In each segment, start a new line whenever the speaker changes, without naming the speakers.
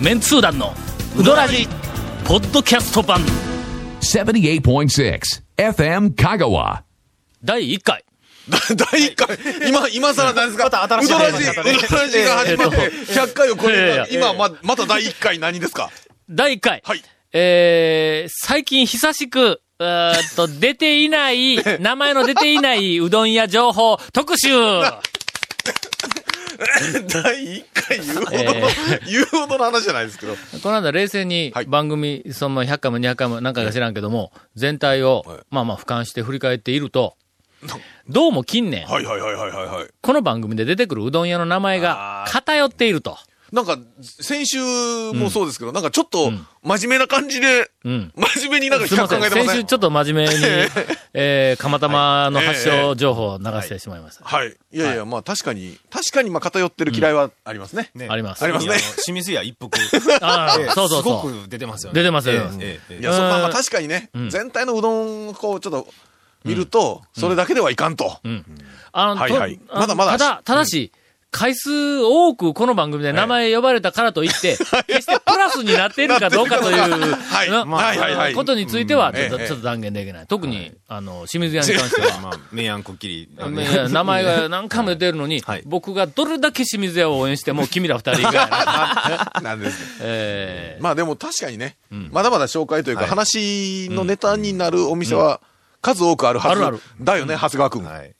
メンツー団のウドラジポッドキャスト版
78.6 FM Kagawa.
第1回
第一回、今、今更なんですか、
また新しい
ど
う
らじ、
や
う
り
ど
方ね
らじが始まって、100回を超
いやい
え
や
た、今、ま、また第一回何ですか
第1回、
はい
えー、最近久しくうーっと出てい ない名前の出ていないうどん屋情報特集
第一回言うほどの
え、
言うほどの話じゃないですけど。
この間冷静に
はい
番組、その100回も200回も何回か知らんけども、全体を、
はい
まあまあ俯瞰して振り返っていると、どうも近年、
はいはいはいはいはいはい。
この番組で出てくるうどん屋の名前が偏っていると。
なんか、先週もそうですけど、なんかちょっと、真面目な感じで、
うん。
真面目になんか
すいま
企
せ
画考
ん。
え
先
てませ
週
ん
ちょっと真面目に、えー、釜玉の発祥情報を流してしまいました。
はい。いやいや、まあ確かに、確かにまあ偏ってる嫌いはありますね。
ね
あります
ありますね
の清水屋一服。
ああ、
ええ
そうそう
す
そ
ごく出てますよね。
出てますよ
ええええええ
いや、そのまあまあ
うん
確かにね、
ん
全体のうどんをこう、ちょっと、見ると、それだけではいかんと。
う。うん。あの、
はい
と
はい
あの
まだまだ
ただ、ただし、回数多くこの番組で名前呼ばれたからといって、決してプラスになっているかどうかという、
はい
の
まあはいはいはい
ことについては、ちょっと、
うんええ
ちょっと断言できない。特に、あの、清水屋に関しては。
まあ、明暗こっきり。あの
いや名前が何回も出てるのに、
はい
僕がどれだけ清水屋を応援しても、君ら二人以外の、
なんですね
え
まあでも確かにね、まだまだ紹介というか、話のネタになるお店は数多くあるはず。
あるある
だよね、長谷川君。
はい。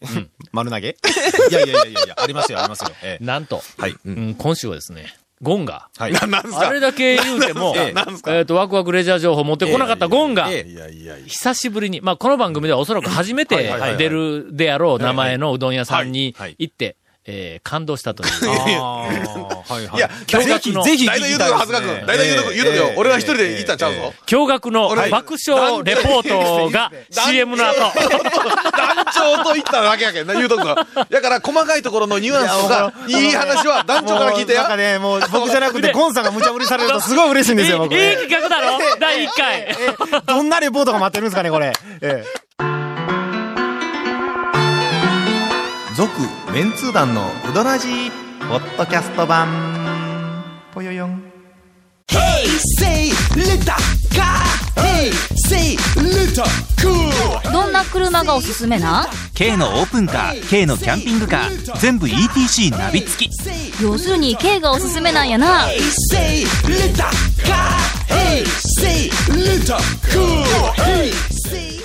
丸投げ いやいやいやいやいや、ありますよ、ありますよ。
ー
ええ
なんと、
はい。
うん今週はですね、ゴンが、
は い。
な、なんす
あ
か
れだけ言うても、
な
え
んす か
なんすか
っと、ワクワクレジャー情報持ってこなかったゴンが、
ええ
いやいやいや。
久しぶりに、まあ、この番組ではおそらく初めて
はいはい
出るであろう名前のうどん屋さんに
はいはい
行って、えー感動したという。
あーはいはい
いや
驚愕の
ぜひ、ぜひ聞きた
大
いで
体
す
言うとこ、長
ね。
谷川君。大体言うとこ、言うとこよ
え。え
俺は一人でいたんちゃう
え
ぞ
え。
驚愕の
俺
爆笑レポートが CM の後。
団長と言っただけやけんな、言うとこが。だから、細かいところのニュアンスと か、いい話は団長から聞いて
もう
や
なん。かね、もう僕じゃなくて、ゴンさんが無茶ぶりされるとすごい嬉しいんですよ、僕。
いいいい企画だろ第1
え
回。
えどんなレポートが待ってるんですかね、これ。え
続メンツー団のウドラジーポッドキャスト版ぽよよん
Say little car. Hey, say little cool.
どんな車がおすすめなん
K のオープンカー K のキャンピングカー全部 ETC ナビ付き
Say,
要するに軽がおすすめなんやな。
say little car. Hey, say little cool. Hey, say.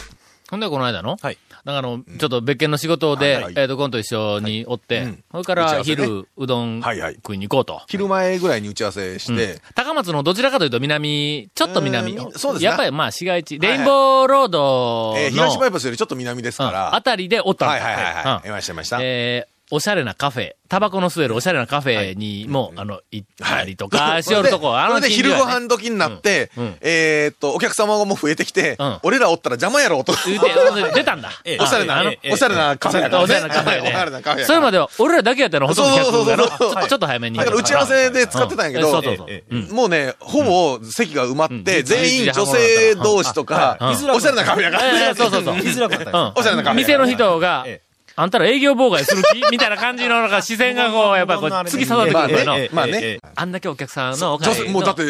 ほんで、この間の、
はい
なんかあの、ちょっと別件の仕事で、
はいはい
えっ、と、ゴンと一緒におって、
ん
それか
打ち合
ら
わせね
昼、うどん
はいはい
食いに行こうと。
昼前ぐらいに打ち合わせして、
高松のどちらかというと南、ちょっと南
うーんみそうですね
やっぱりまあ市街地、
はいはい
レインボーロードの、
えー東前橋よりちょっと南です
うん
か
あ
ら。
たりでおったの
はいはいはいは
う
い。い
ん
ましたいました。
えーおしゃれなカフェ、タバコの吸えるおしゃれなカフェにも、あの、行ったりとか、 しよるとこ、あ
そ
の
れで
近所
昼
や
ご
ね
飯時になって
うんうん、
えーっと、お客様も増えてきて
うん、
俺らおったら邪魔やろと。
言うて、ほんで出たんだ。
え
おしゃれ
あ
な
の、
おしゃれなカフェやからね。
おしゃれなカフェやね
はいおしゃれなカフェやから
それまでは、俺らだけやったの、ほとんど客がの、
そうそうそうそう
ちょちょっと早めに。
だから打ち合わせで使ってたんやけど
うそうそうそう。
え
うん
もうね、ほぼ席が埋まって、
うん
全員女性同士とか、
うん
おしゃれなカフェやか
えええ
ら
えそうそうそう。
言いづらくなったんです
うん
おしゃれなカフェ
店の人が
ええ、
あんたら営業妨害する気 みたいな感じの、なんか視線がこう、やっぱこう、突き刺さってくるから
まあね
の。
まあね
あんだけお客さんのお
女
金
性もうだって、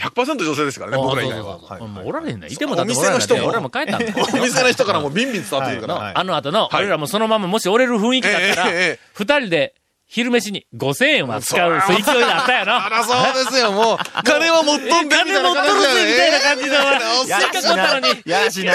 100%女性ですからね、僕ら以外は。
そうそうそうもうおられへんね。いても
お
だっておら
店
れへん
の
ね
人も、
俺らも帰ったんだよ。
お店の人からもビンビン伝わってくるか
はいは
ら
い。
あの後の、
い
俺らもそのままもし折れる雰囲気だったら
ええええええ、
二人で昼飯に5000円は使う勢いだったやろ。
あら、そうですよ、もう。金は持っとんでみたい
金
な
持っとるぜ
感じ
みたいな感じ の、せっかくおったのに、
やらしいな。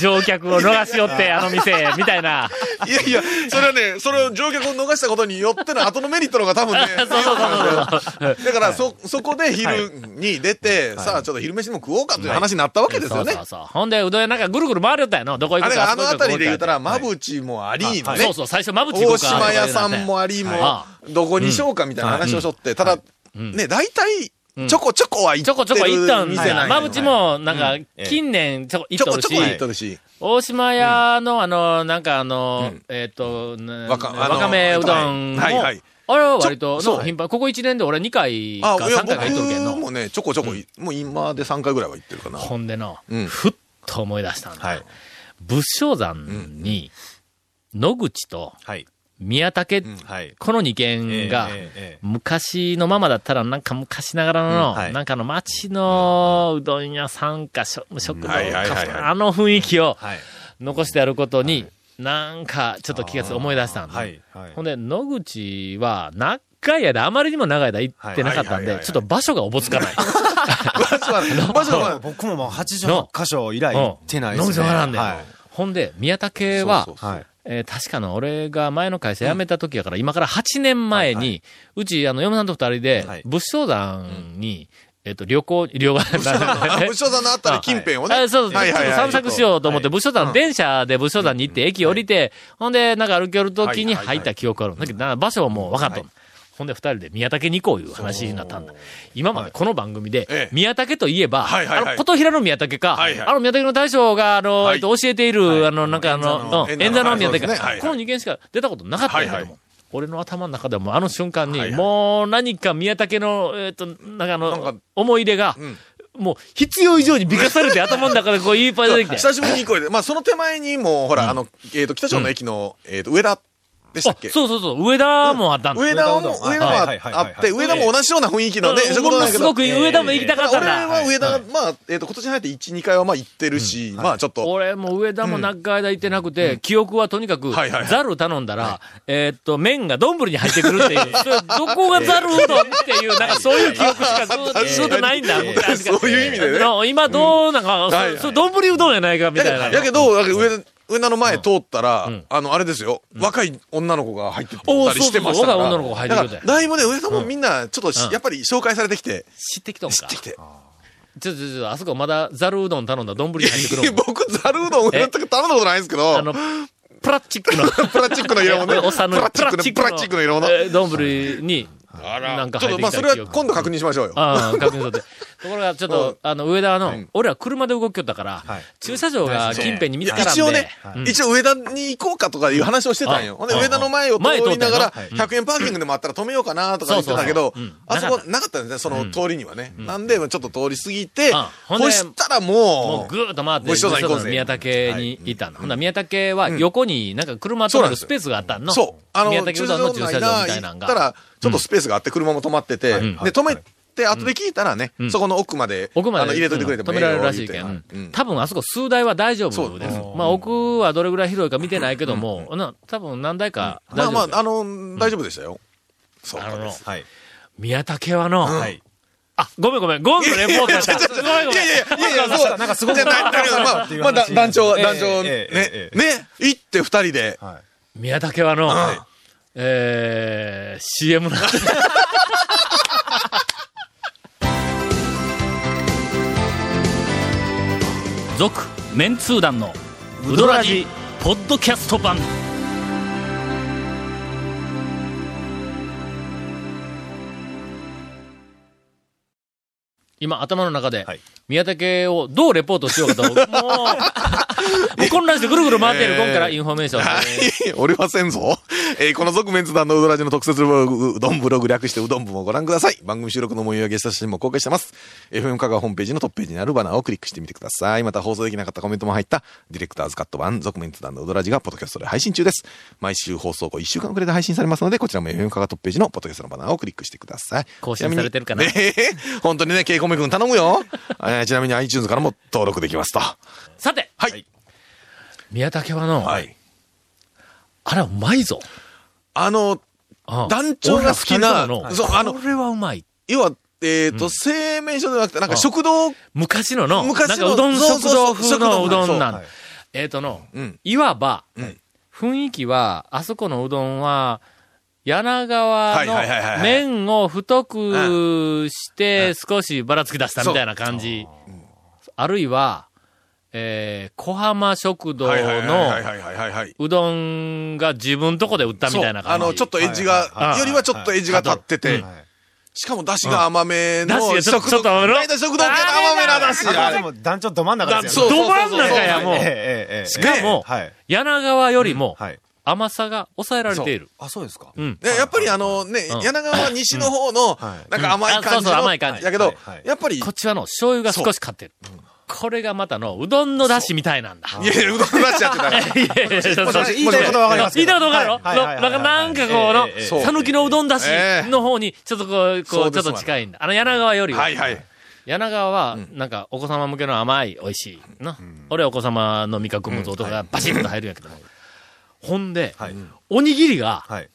乗客を逃しよって、あの店、みたいな。
いやいや、それはね、それを乗客を逃したことによっての後のメリットの方が多分ね、
そうそうそうそう。
だから、そ、そこで昼に出て、さあ、ちょっと昼飯でも食おうかという話になったわけですよ
そ
ね
うそう。そう。ほんで、うどん屋なんかぐるぐる回りよったんやの。どこ行
あ
く
れ
か。
があの辺りで言うたら、
ま
まぶちもありのね。
そうそう、最初まぶち行こ
大
うか。
島屋さんもありも
は、
どこにしようかみたいな話をしょって、ただ、ね、大体、ちょこちょこは行
ち
って
ょ
る
こち
店
ょこ行ったん
なん
だ。
や
まぶちも、なんか、近年、ちょこ行っ
ち
と
ょこ
る
ちょ
し
こ、は行っとるし。
大島屋の、あの、なんかあの、えっと、なわ
わかあの
かめうどんも、
はいはいはい
あれは割と、
ちょ
の
そう
頻繁。ここ1年で俺2回か
あ、いや、
3回か行っとるけん
僕
の。
もね、ちょこちょこ、もう今で3回ぐらいは行ってるかな。
ほんでの、
うん
ふっと思い出したんだ。
はい。
仏正山に、野口と
はい。
宮武、
うんはい。
この2件が、
ええええ
昔のままだったら、なんか昔ながらの、
うんはい
なんかあの町のうどん屋さんか、しょ食堂か、
はいはいはいはい
あの雰囲気を
はい。
残してあることに、なんかちょっと気がつい思い出したんで。
はい。はい
ほんで、野口は、長い間、あまりにも長い間行ってなかったん
はいはいはい
で、
はい
ちょっと場所がおぼつかない。
マジは、マジは、
僕ももう88箇所以来行ってない
うん
ですね。
飲むぞなんで
はい。
ほんで、宮武は、
そうそう
はい。
えー確かの俺が前の会社辞めた時やから、今から8年前に、うち、あの、嫁さんと二人で
はい、
仏商山に、えっ、と、旅行、旅行、
あ武将さんのあった
あ
り近辺をね。
あそうそう、
はい
ちょ
はい
っ
は
と散
い
策しようと思って、
はい
武将山、電車で武将山に行って、駅降りて、ほんで、なんか歩き寄るときに入った記憶あるんだけど、な場所はもう分かっとんほんで、二人で宮武に行こういう話になったんだ。今までこの番組
え
で
え、
宮武といえば、
はいはいはい
あの、琴平の宮武か、
はいはい
あの、宮武の大将が、あの、
はい
えっと教えている、あの、なんかあの、うん演
演
座
座
の
の
宮武
そうですねはいはい
この二件しか出たことなかったんだけども。
はいはい
俺の頭の中でもあの瞬間に、
はいはい
もう何か宮武の、えっ、と、なんかあ
なん
の
か、
思い出が、
ん
もう必要以上に美化されて頭の中でこういっぱい出てきて。
久しぶりに行こうで。まあ、その手前にも、ほら、あの、えっと、北朝の駅の、えっと、上田でし
あ
たっけ
そうそうそう、上田もあったんだ。
上田も、上
上
田も
田も
あ
はいはいはい
あ
はい
って、上田も同じような雰囲気のね、
うん
そういうことなんだけ
す
ど
ごく上田も行きたかったん
俺
だ。
は上田、まあ、えっと、今年に入って1、2回はまあ行ってるし、まあちょっと、
俺も上田も長い間行ってなくて、記憶はとにかく、
はいはいはい
ザル頼んだら、えーっと、麺が丼に入ってくるっていう、 それどこがザルうどんっていう、なんかそういう記憶しかずーっとずーっとないんだ、
ええ
昔から
そういう意味でね
の今どうなんか、
はいはい
そそれ丼うどんやないかみ
や
た
け
いな。
やけど、だけど上田、上田の前通ったら、
ん
あの、あれですよ、若い女の子が入ってた
おー
りしてましたから。
そうそうそう若い女の子が入ってくれて
だからだいぶね、上田もみんな、ちょっとし、
うん
やっぱり紹介されてきて、
知ってき たん
知
か
ってきて。
ちょちょちょ、あそこまだザルうどん頼んだ丼に入ってくる もん。
僕、ざるうどん、上田とか食べたことないんですけど、
あの、プラスチックの。
プラスチックの色もね、
おっさんの
プラスチックの、プラスチックの色もね。
えー丼に、
あら
なんか
ちょっ
入っ
と、
てきた
まあ、それは
記憶
今度確認しましょうよ。
ああ、確認しとって。ところが、ちょっ
う
と
ん、
あの、上田の、俺ら車で動きよったから、
はい
駐車場が近辺に見
い
つ
や
からんで。
一応ね、
うん
一応上田に行こうかとかいう話をしてたんよ。
あ
ほんで、
あ
上田の前を通
前通っ
りながら、
たよな
100円パーキングでもあったら止めようかなとか言ってたけど
そうそうそううん、
あそこ
なかっ
なかったんですね、その通りにはね。なんで、ちょっと通り過ぎて、
あほんで
そしたら
も
も
う
う、
ぐーっと回って、
ご一緒だ行こうぜ
宮武にいたの。ほんなら宮武は横になんか車止めるスペースがあったの。
そう、あ
宮
の、
武
駐
う
車
どん
場
の駐
の
車場みたい
間
な
行
ん
った
が。
ら、ちょっとスペースがあって車も止まってて、
ん
で、止めて、後で聞いたらね、そこの奥まで、
奥まで
あの入れといてくれても
うん
え
止めら
えよ
れるらしいけ
言
ん
うてうん。
多分あそこ数台は大丈
そ
夫
う
で
ですす。
まあ奥はどれぐらい広いか見てないけども、な多分何台か大丈
まあ
夫。
まあ、あの、大丈夫でしたよ。そう
あの
です。
はい。
宮武はの、
はい。
あ、ごめんごめん、ゴンのレポートやった。ごめんごめん。
いやいやいやいや、そう、
なんかすごく
じゃあだだけどまあ、まあ、だ団長は、
ええ
団長、ね
えええ、え
ね、行って二人で、
はい。
宮武はの、えー、CM なんで。
続メンツー団のウドラジポッドキャスト版
今、頭の中で、
はい
宮武をどうレポートしようかと、 もう、もう混乱してぐるぐる回っている、
えー
今からインフォメーション。
はい、俺はせんぞ。えーこの続面図団のうどらじの特設ブログ、うどんブログ略してうどん部もご覧ください。番組収録の模様やゲスト写真も公開してます。FM 香川ホームページのトップページにあるバナーをクリックしてみてください。また放送できなかったコメントも入った、ディレクターズカット版、続面図団のうどらじがポッドキャストで配信中です。毎週放送後1週間遅れで配信されますので、こちらも FM 香川トップページのポッドキャストのバナーをクリックしてください。
更新されてるかな
ちみにね え本当にね、ケイコメ君頼むよ。えーちなみに iTunes からも登録できますと。
さて、
はい。
宮武はの、
はい。
あれうまいぞ。
あの、
うん
団長が好きな
俺ら二人とも、の
そう、あの
こ、れはうまい。
要は、えっ、と、製麺所ではなくて、なんか食堂、
昔のの、な
昔の
んかうどん
そう
食
そ
堂
う
風のうどんなん
そ
だ
う
えっとの、
うん
いわば、
うん
雰囲気は、あそこのうどんは、柳
は
川
いはいはいはい
の
はい
麺を太くして少しばらつき出したみたいな感じ。あるいは、えー、小浜食堂
はいはいは
の
いはいはいはいはい。
うどんが自分とこで売ったみたいな
そうあ
感じ。
の、ちょっとエッジ
はい
はいは
が、
い
よりはちょっとエッジが立ってて、しかも出汁が甘めの、
うん出汁がちょっとちょっと甘めの
大体食堂って甘めな出汁。
あ
あ
で
れ
も団長ど真ん中ですよ
そう
ど
ね。
真ん中や、もう
ええ。ええええ。
しかも、
はい。
柳川よりも
はい。
甘さが抑えられている。
あ、そうですか。
うん。
ねやっぱりあのね
うん、
柳川西の方の
は、い
なんか甘い感じの。
うんあそうそう甘い感じ
やけど
はいはい、
やっぱり
こ、っちはの醤油が少し買ってる。これがまたの、うどんの出汁みたいなんだ。
いやいや、うどん出しちゃってない。
いやいやいやそう
言いたいことはわかりますけ
聞い
ど。
たことがあるの
はいはいはいは
の
い
なんかこうの
ええええ、
そう
さぬきのうどんだし
ええ
の方に、ちょっとこう、こ、
そうう
ちょ
で
っ
す
と近いんだ。あの、柳川より
はいはい。
柳川は、なんか、お子様向けの甘い、美味しい。な。俺はお子様の味覚もとがバシッと入るんやけども。ほんで、
はい。
おにぎりが、
はい。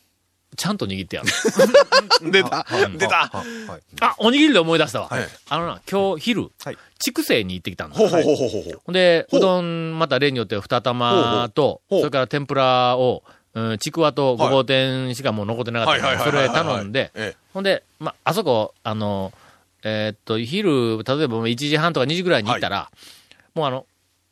ちゃんと握ってやる。
出た
はい。
出た。
はいはい。
あ、おにぎりで思い出したわ
はい。
あのな、今日昼
はい、
畜生に行ってきたんだ
ほう。ほうほうほうほうほう。
ほんで、
ほう
うどん、また例によって二玉と、
ほうほうほう
それから天ぷらを、うんちくわとごぼう天しかもう残ってなかったか
はい
ら、
はい
そ
は
れ
いはいはい
頼んで
ええ、
ほんで、ま、あそこ、あの、えーっと、昼、例えば1時半とか2時ぐらいに行ったら、もうあの、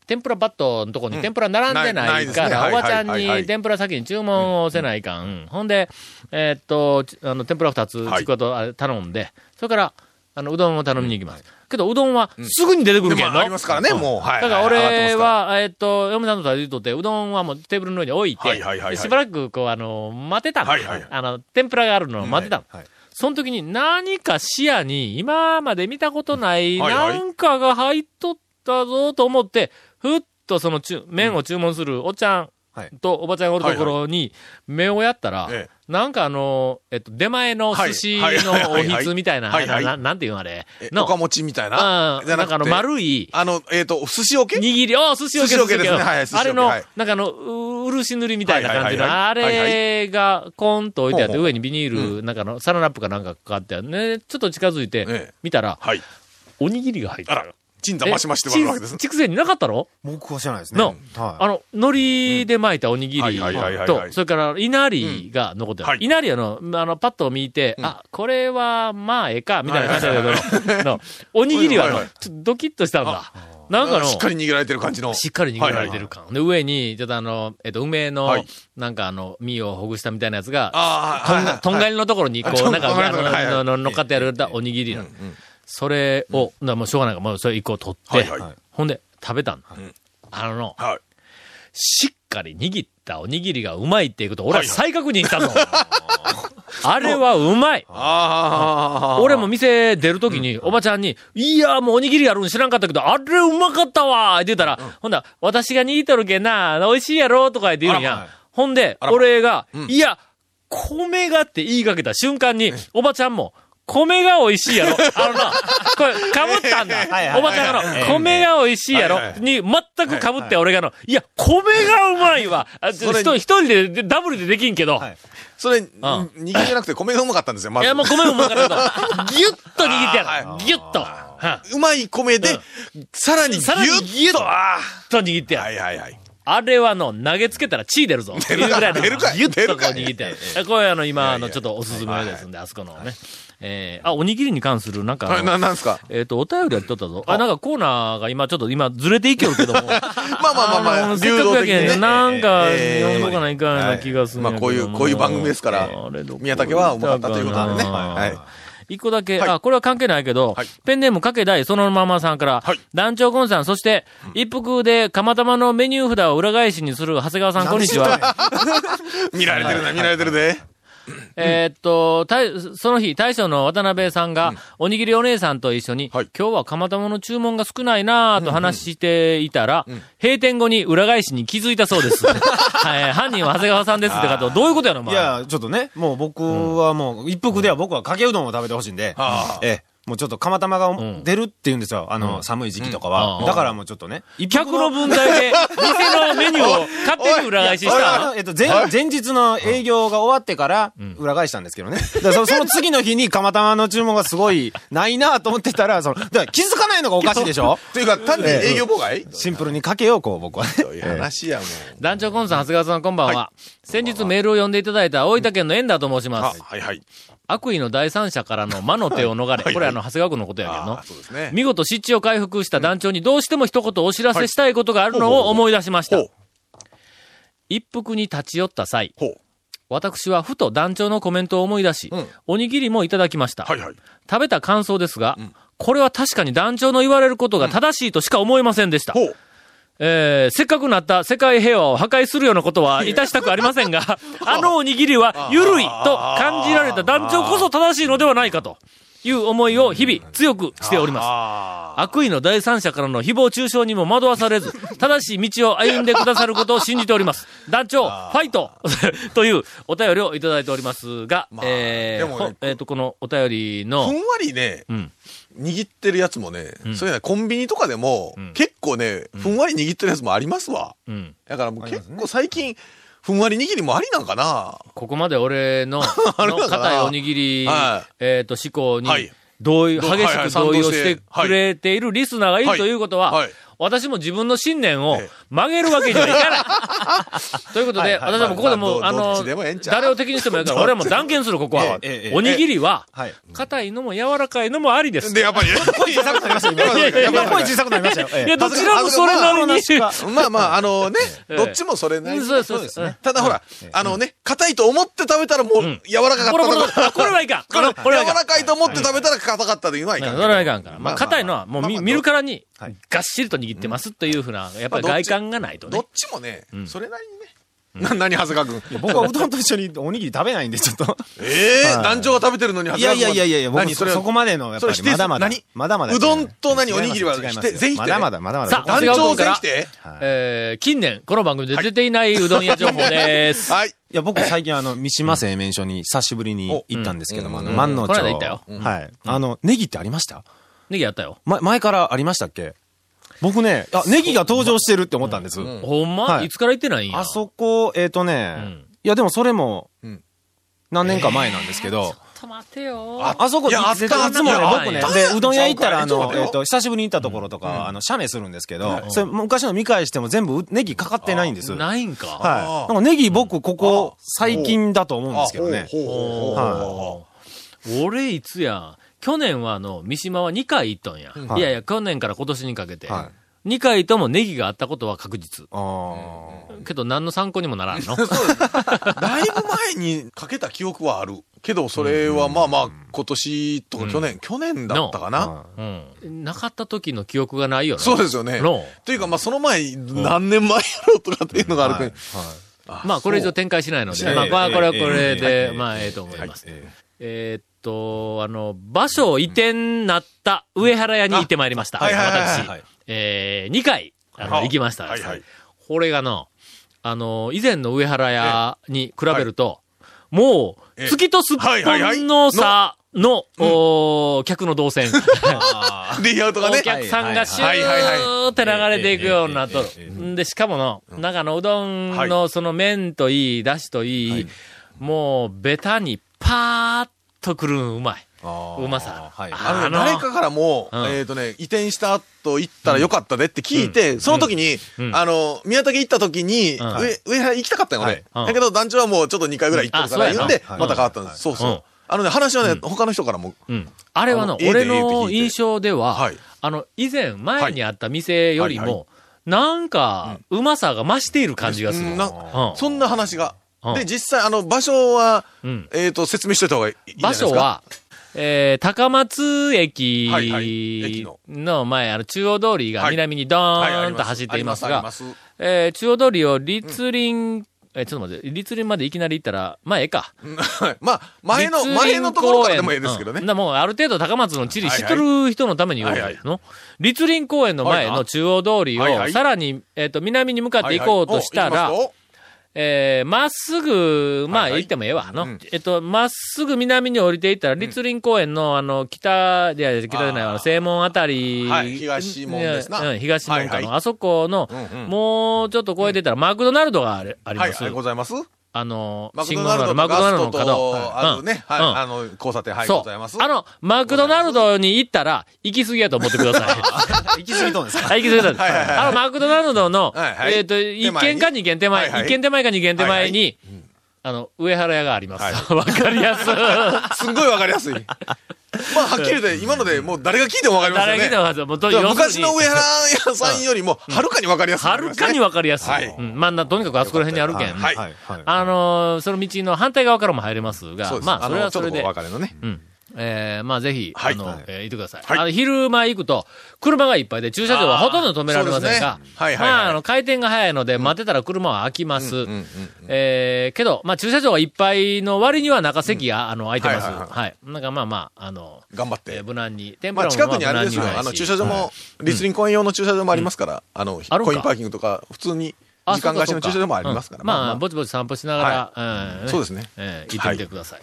天ぷらバットのとこ
う
に
ん
天ぷら並んで
ないな
ないい
ですね
から、
はい
おばちゃん
はいはい
に天ぷら先に注文をせないかん。ほんで、えーっと、ちあの、天ぷら2つ、
はい
ちくわとあ頼んで、それから、あの、うどんを頼みに行きます。けど、うどんはすぐに出てくる
で
けん
もあ
の
りますからね、もう。はい。
だから
上がってま
俺
すか
は、えっと、嫁さんと食べとって、うどんはもうテーブルの上に置いて、
はいはいはいはい
でしばらくこう、あの、待てたの、
はいはいはい
あの、天ぷらがあるのを待てたの。
はいはい
その時に何か視野に今まで見たことない
はいはい
なんかが入っとったぞと思って、ふっとそのちゅ麺を注文するおっちゃん
はい
とおばちゃんがおるところに目をやったら、
え
なんかあの、えっと、出前の寿司
はいはい
のおひつみたいな、
はいはい
ななんていうのあれ、
え
の
おかもちみたいな
あ。ー
じゃ
な
なんく
かあ
て
の丸い、
あの、えっと、寿司おけ
握り、ああ、寿司おけ、
寿司おけ
寿司
ですねはいはい寿司おけ
あれの、
はい
なんかあの、う漆塗りみたいな感じ
はい
の、
は
あ
いはいはい
れが、コンと置いてあって、
ほうほう
上にビニール、なんかの、サランラップかなんかかかってあるね、ちょっと近づい
え
て
え、
見たら、
はい。
おにぎりが入って
あ
る
ら。、鎮座ましましてもらうわけですね。
ちくせになかったろ
僕は知らないですね。
の、あ
は
の、海苔で巻いたおにぎ
はい
り
はいはいはい
と
は、い
それから、稲荷が残ってる。
うんはい
稲荷はの、あの、パッと見て、あ、これは、まあ、ええか、みたいな感じだ けど、の、おにぎりはあの
はいはい、
ちょっとドキッとしたんだ。なんかの、
しっかり握られてる感じの。
しっかり握られてる感。で、上に、ちょっとあの、えっと、梅の
はい、
なんかあの、身をほぐしたみたいなやつが、
ああ、
と
は
ん
いは
が
い
とんがりのところに、こ
あと
う、
ん
なんか、
とんがりのところはいはい
あのの乗っかってやるおにぎりなのそれを、なもうしょうがないから、もうそれ一個取っ
はい
て
はい、
ほんで、食べたの
ん。
あの、
はい。
しっかり握ったおにぎりがうまいっていうことを俺は
はい
再確認した ぞ。あれはうまい。
ああ、
俺も店出るときに、おばちゃんに、いや、もうおにぎりあるん知らんかったけど、あれうまかったわーって言ったら、ほんだら、私が握っとるけんな、美味しいやろとか言って言うん
あら
や。ほんで、
らま
俺が、
ん
いや、米がって言いかけた瞬間に、おばちゃんも、米が美味しい やろ。あのな、これ、かぶったん
いはいは
だ。
い
おばちゃんがの、米が美味しいやろ
はいは。い
に、全くかぶって俺がの、いや、米がうまいわ。あちょ
そ
一
れ
人一人ででダブルでできんけど。
はい
それ、握りじゃなくて米がうまかったんですよ、ま
い
ず。
や、もう米うまか ったけど、ぎゅっと握ってや
あー
る。ぎゅっと。は
うまい米で、さらにギ
さらにギュッ
ュッと、
と
あ
っと握って
あ
や
は
る。
いはいはい。
あれはの、投げつけたら血出るぞ。出るぐらいの。
出るかい
ギュッ
出
と
る
こ
か
う
い
握ってやる。えこれあの、
い
今、
や
あの、ちょっとおすすめですんで、あそこのね。えーあ、おにぎりに関する、なんかあ
あれ
の、
な、なんですか
えっと、お便りやっとったぞ。あ、なんかコーナーが今、ちょっと今、ずれていけるけども。
まあ まあまあま
の
あ、
せ
流
っか
動
くや
的に
けん、
ね。
なんか、
えー
読んどかないかんような気がするんや
ま
け
あ
ど
こういう
も
こういう番組ですから
あれどこ
宮武はうまかったということでね
だかな
はい
一個だけ、
はい
あ、これは関係ないけど、
はい
ペンネームかけだいそのままさんから、
はい
団長コンさん、そして、一服で釜玉のメニュー札を裏返しにする長谷川さん、こんにちは。
見られてるな、見られてるで。
えーっと、大その日、大将の渡辺さんが、おにぎりお姉さんと一緒に、
はい
今日は釜玉の注文が少ないなぁと話していたら、閉店後に裏返しに気づいたそうです。はい、犯人は長谷川さんですってかと、どういうことやの、お
い。い
前。
や、ちょっとね、もう僕はもう、一服では僕はかけうどんを食べてほしいんで、
あ
ええ。もうちょっと釜玉が
ん
出るって言うんですよ。あの、寒い時期とかは。
うん
だからもうちょっとね。一
客の分際で、店のメニューを勝手に裏返しし
これ
た
は。えっと、前、前日の営業が終わってから、裏返したんですけどね。だからそのその次の日に、釜玉の注文がすごい、ないなと思ってたら、その、だから気づかないのがおかしいで しょ
というか、単に営業妨害
シンプルにかけよう、こう、僕はね。
という話やもん。
団長コンさん、長谷川さん、こんばんは。先日メールを読んでいただいた大分県の遠田と申しま
あ
す。
はいはい。
悪意の第三者からの魔の手を逃れ。
はい
これあの、長谷川君のことやけど
あ
の
ー。そうですね。
見事湿地を回復した団長にどうしても一言お知らせしたいことがあるの
はい
を思い出しまし
ほ
た
う。、
一服に立ち寄った際、
ほう。
私はふと団長のコメントを思い出し、
うん
おにぎりもいただきました。
はいはい。
食べた感想ですが、これは確かに団長の言われることが正しいとしか思えませんでした。
ほう。
えーせっかくなった世界平和を破壊するようなことはいたしたくありません が、あのおにぎりはゆるいと感じられた団長こそ正しいのではないかと。いう思いを日々強くしております。悪意の第三者からの誹謗中傷にも惑わさ れず、正しい道を歩んでくださることを信じております。団長、ファイト というお便りをいただいておりますが、
まあ
えー
でもね
ほえーと、このお便り
ふん
の、
わりね、
うん。
握ってるやつもね、
ん
そういうのはコンビニとかでも、
ん
結構ね、ふんわり握ってるやつもありますわ。
うん。
だからもう結構最近、ふんわり握りもありなんかな。
ここまで俺 の、
あれだ
の
から
硬いおにぎり、
は
えっ、と、思考に
はい、
同意、
どう
激し
はいは
く
い賛同
同意を
し
しててくれているリスナーがいる
はい
ということは、
はい
私も自分の信念を
ええ
曲げるわけにはいかない。 ということで、
はいはい
私はもうここでもう、
まあどどっ
あ
ちで
の
もええん、 ちゃう
誰を敵にしてもやるから、俺はもう断言する、ここは。
ええええ
おにぎりは、
はい。
硬いのも柔らかいのもありです。
で、やっぱり。
小さくなりました、
いやいやいや
今。今声小さくなりましたよ。
いや、
え
どちらもそれなりに。
恥 ずかし
まあまあ、あのね、
ええ
どっちもそれなりに
そうですそうです
ねただほら、あのね、硬いと思って食べたらもう柔らかかった
これ、これ、
とか、
これはいかん。こ
こ
れ、
れ
これはい
柔
かん。
らかいと思って食べたら硬かったというのはい
な
かん
んか
けど。
それはいかんから。ま
まあ
あ、
まあ
硬いのはもう
まあ
見
まあ
見るからに
はい、
がっしりと握ってますというふうな、やっぱり
まあどっ
外
ち
観がないと
ど
ね
っ。ちもね、それなりにね。な、何、長谷川君。
い僕はうどんと一緒におにぎり食べないんで、ちょっと。
ええ、団長が食べてるのに長
い
谷川君
やいや
はい
やいやいや、僕
何
そ
それ
そこまでの、やっぱ
そ
り、
れ否定
ますだまだ
何。
まだまだ違います。
うどんと何おにぎりは
違います
否定全否定
まだまだ、まだまだ。
さあ長
団
谷川
長
君から
全否定
えー近年、この番組で出ていないうどん屋情報です。
はい。
いや、僕最近あの、三島製麺所に久しぶりに行ったんですけども、あの、万能
こ
町。
の間行ったよ
はい。あの、ネギってありました
ネギあったよ。
ま、前からありましたっけ僕ね、あ、ネギが登場してるって思ったんです。
ほんま、
はい
い、つから行ってないんや。
あそこ、えっ、とね、
うん
いやでもそれも
ん、
何年か前なんですけど、
ちょっと待てよ。
ああそこ、
いやあった
絶対いつもね、
いや
僕ね
あっ、
で、うどん屋行ったら、あ
ちょっと
の、
待てよ
えっと、久しぶりに行ったところとか、あの、写メするんですけど、それ、昔の見返しても全部うネギかかってないんです。はい。
ないんか。
なんかネギ僕、ここ、最近だと思うんですけどね。
ほうほうほうほう
俺、いつや、去年はあの、三島は2回行ったんや。
ん
いやいや、去年から今年にかけて。
は
2回ともネギがあったことは確実。
ああ。
けど何の参考にもならん の。
だいぶ前にかけた記憶はある。けど、それはまあまあ、今年とか去年、去年だったかな。
うん。なかった時の記憶がないよな。
そうですよね。
の
というか、まあ、その前、何年前やろうとかっていうのがあるけど、
まあ、これ以上展開しないので、
そう
まあ、これはこれは
ええ
これ
え
で、
え
まあ、ええと思います。
え
えーっと、あの、場所移転なった上原屋に行ってまいりました。
はいはいはいはい
私
はい、
えー、2回、あの、
はあ
行きました。
はいはい
これがの、あの、以前の上原屋に比べると、もう、
ええ
月とすっぽ
はいはいはい
んの差の、おー客の動 線。
レイアウトがね
お。客さんがシュ
はいはいはい
ーって流れていくようになっと
えええええ
る。んで、しかもの、中のうどん
は
のその麺といい、だしといい、もう、ベタにパーッとくるんうまい。
あー
うまさ。
はい。
あのね誰かからも、
うん
えっ、とね、移転した後行ったらよかったでって聞いて、その時に、
うん
あの、宮崎行った時に、
ん
上、上原行きたかったよ、俺、
はいうん
だけど団長はもうちょっと2回ぐらい行ってるから
あそう
言う
やなん
で、
はい
また変わったんです。そうそう。
うん
あのね、話はね、他の人からも、
うん。あれはの
あの、絵で
俺
絵って聞い
の
て
印象では
はい、
あの、以前、前にあった店より
はいは
も、なんか、うまさが増している感じがする。
う
うんん
なそんな話が。
うん
で、実際、あの、場所は、
うん
えっ、と、説明しといた方がいいいいんじゃ
場
ないですか。
所は、えー、高松駅
はいはい駅の
の前、あの、中央通りが南にド
はい、
ー
あり
ン
ま
と走っています
あり
が、
ますあります
えー、中央通りを立林、え、ちょっと待って、立林までいきなり行ったら、まあ、ええか。
はい まあ、前の、
立林
前のところからでもええですけど
公園うん
ね。
だからもう、ある程度高松の地理知っとる人のために言うわけやの。立林公園の前の中央通り
はいは
を、
い
さらに、えっと、南に向かって行こうとした
はいは
ら
いお、行きます
えー、まっすぐ、まあ、
はいはい
行ってもええわ、の。
うん
えっと、まっすぐ南に降りていったら、立林公園の、あの、北、いや、いや北じゃない
あー
わ、正門あたり。
はい東門ですな
うん、東門かの、
はいは
あそこの、
うんうん
もうちょっと越えてたら、マクドナルドがあるあり
とはい、
ます。
はいございます。
あの、
マク
信
ド
号
ナル
のあ
ド
る
マ
マ
ク
クド
ドナ
ナ
ル
ル
ド
ドの角。
の角あのね、はい、
うん
あの、交差点、はい、
そう。
ございます。
あの、マクドナルドに行ったら、行き過ぎやと思ってくだ さい。
行き過ぎとんですか
あ、行き過ぎたんです。
はいはいはい
あの、マクドナルドの、
はいはい
えっ、と、
手
一
前
軒
に
か二軒手前、
はいはい
一軒手前か二軒手前に、あの、上原屋があります。 わ、かりやすい。
すんごいわか りやすい。まあ、はっきり言って、今のでもう誰が聞いてもわかりますよ
誰
ね。
が来たわけもうと
だか
要
ら
す
昔
るに
の上原屋さんよりも、はるかにわかりやすい、
はるかにわかりやすい。
はい
うん、まあな、とにかくあそこら辺にあるけん。
はい
はい。はい。
あのーその道の反対側からも入れますが、
そうです
まあ、それはそれ
あのちょ
で
っとこうお。別れのね。
うん。えー、まあぜひ、
はい
あの
はい、
えー行ってください。
はい
あの昼間行くと、車がいっぱいで、駐車場はほとんど止められません
あーそ
が
う、ですねはいはいはい
まあ、あの、回転が早いので、待ってたら車は開きます。えー、けど、まあ駐車場がいっぱいの割には中席が、あの、空いてます。は
は
いい
はいはい
なんかまあまあ、あの、
頑張っ
え
て
ー。無難に。天ぷ
まあ
らも
近くにあ
ま
れ
無難
ですよ。
早い
あ
し
の駐車場も、リスリン公園用の駐車場もありますから、あの、
あるか
コインパーキングとか、普通に
あ
時間貸しの駐車場もありますか
そうかそう
ら。
かうんまあ、ぼちぼち散歩しながら、ん
そうですね
えー行ってみてください。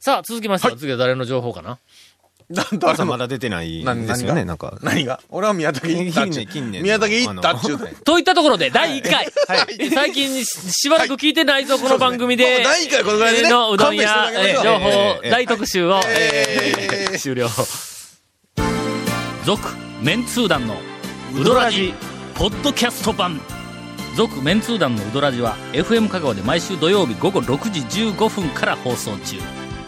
さあ、続きましては、次は誰の情報かな
なんとあ
朝
れ
ま
も
だ出てない
何
ですよね、なんか。
何が俺は宮崎行ったっちゅう。
近年近年の
宮崎行ったっちゅうね。
といったところで、第1回。最近し、しばらく聞いてないぞ、この番組
まあ
で。
第1回このぐらいでね。
のうどん屋、
勘弁して
え
いただきましょう
情報、
ええ
大特集を、
ええ
え終了。
続メンツー団の
ウドラジ、ポッドキャスト版。続メンツー団のウドラジは、FM 香川で毎週土曜日午後6時15分から放送中。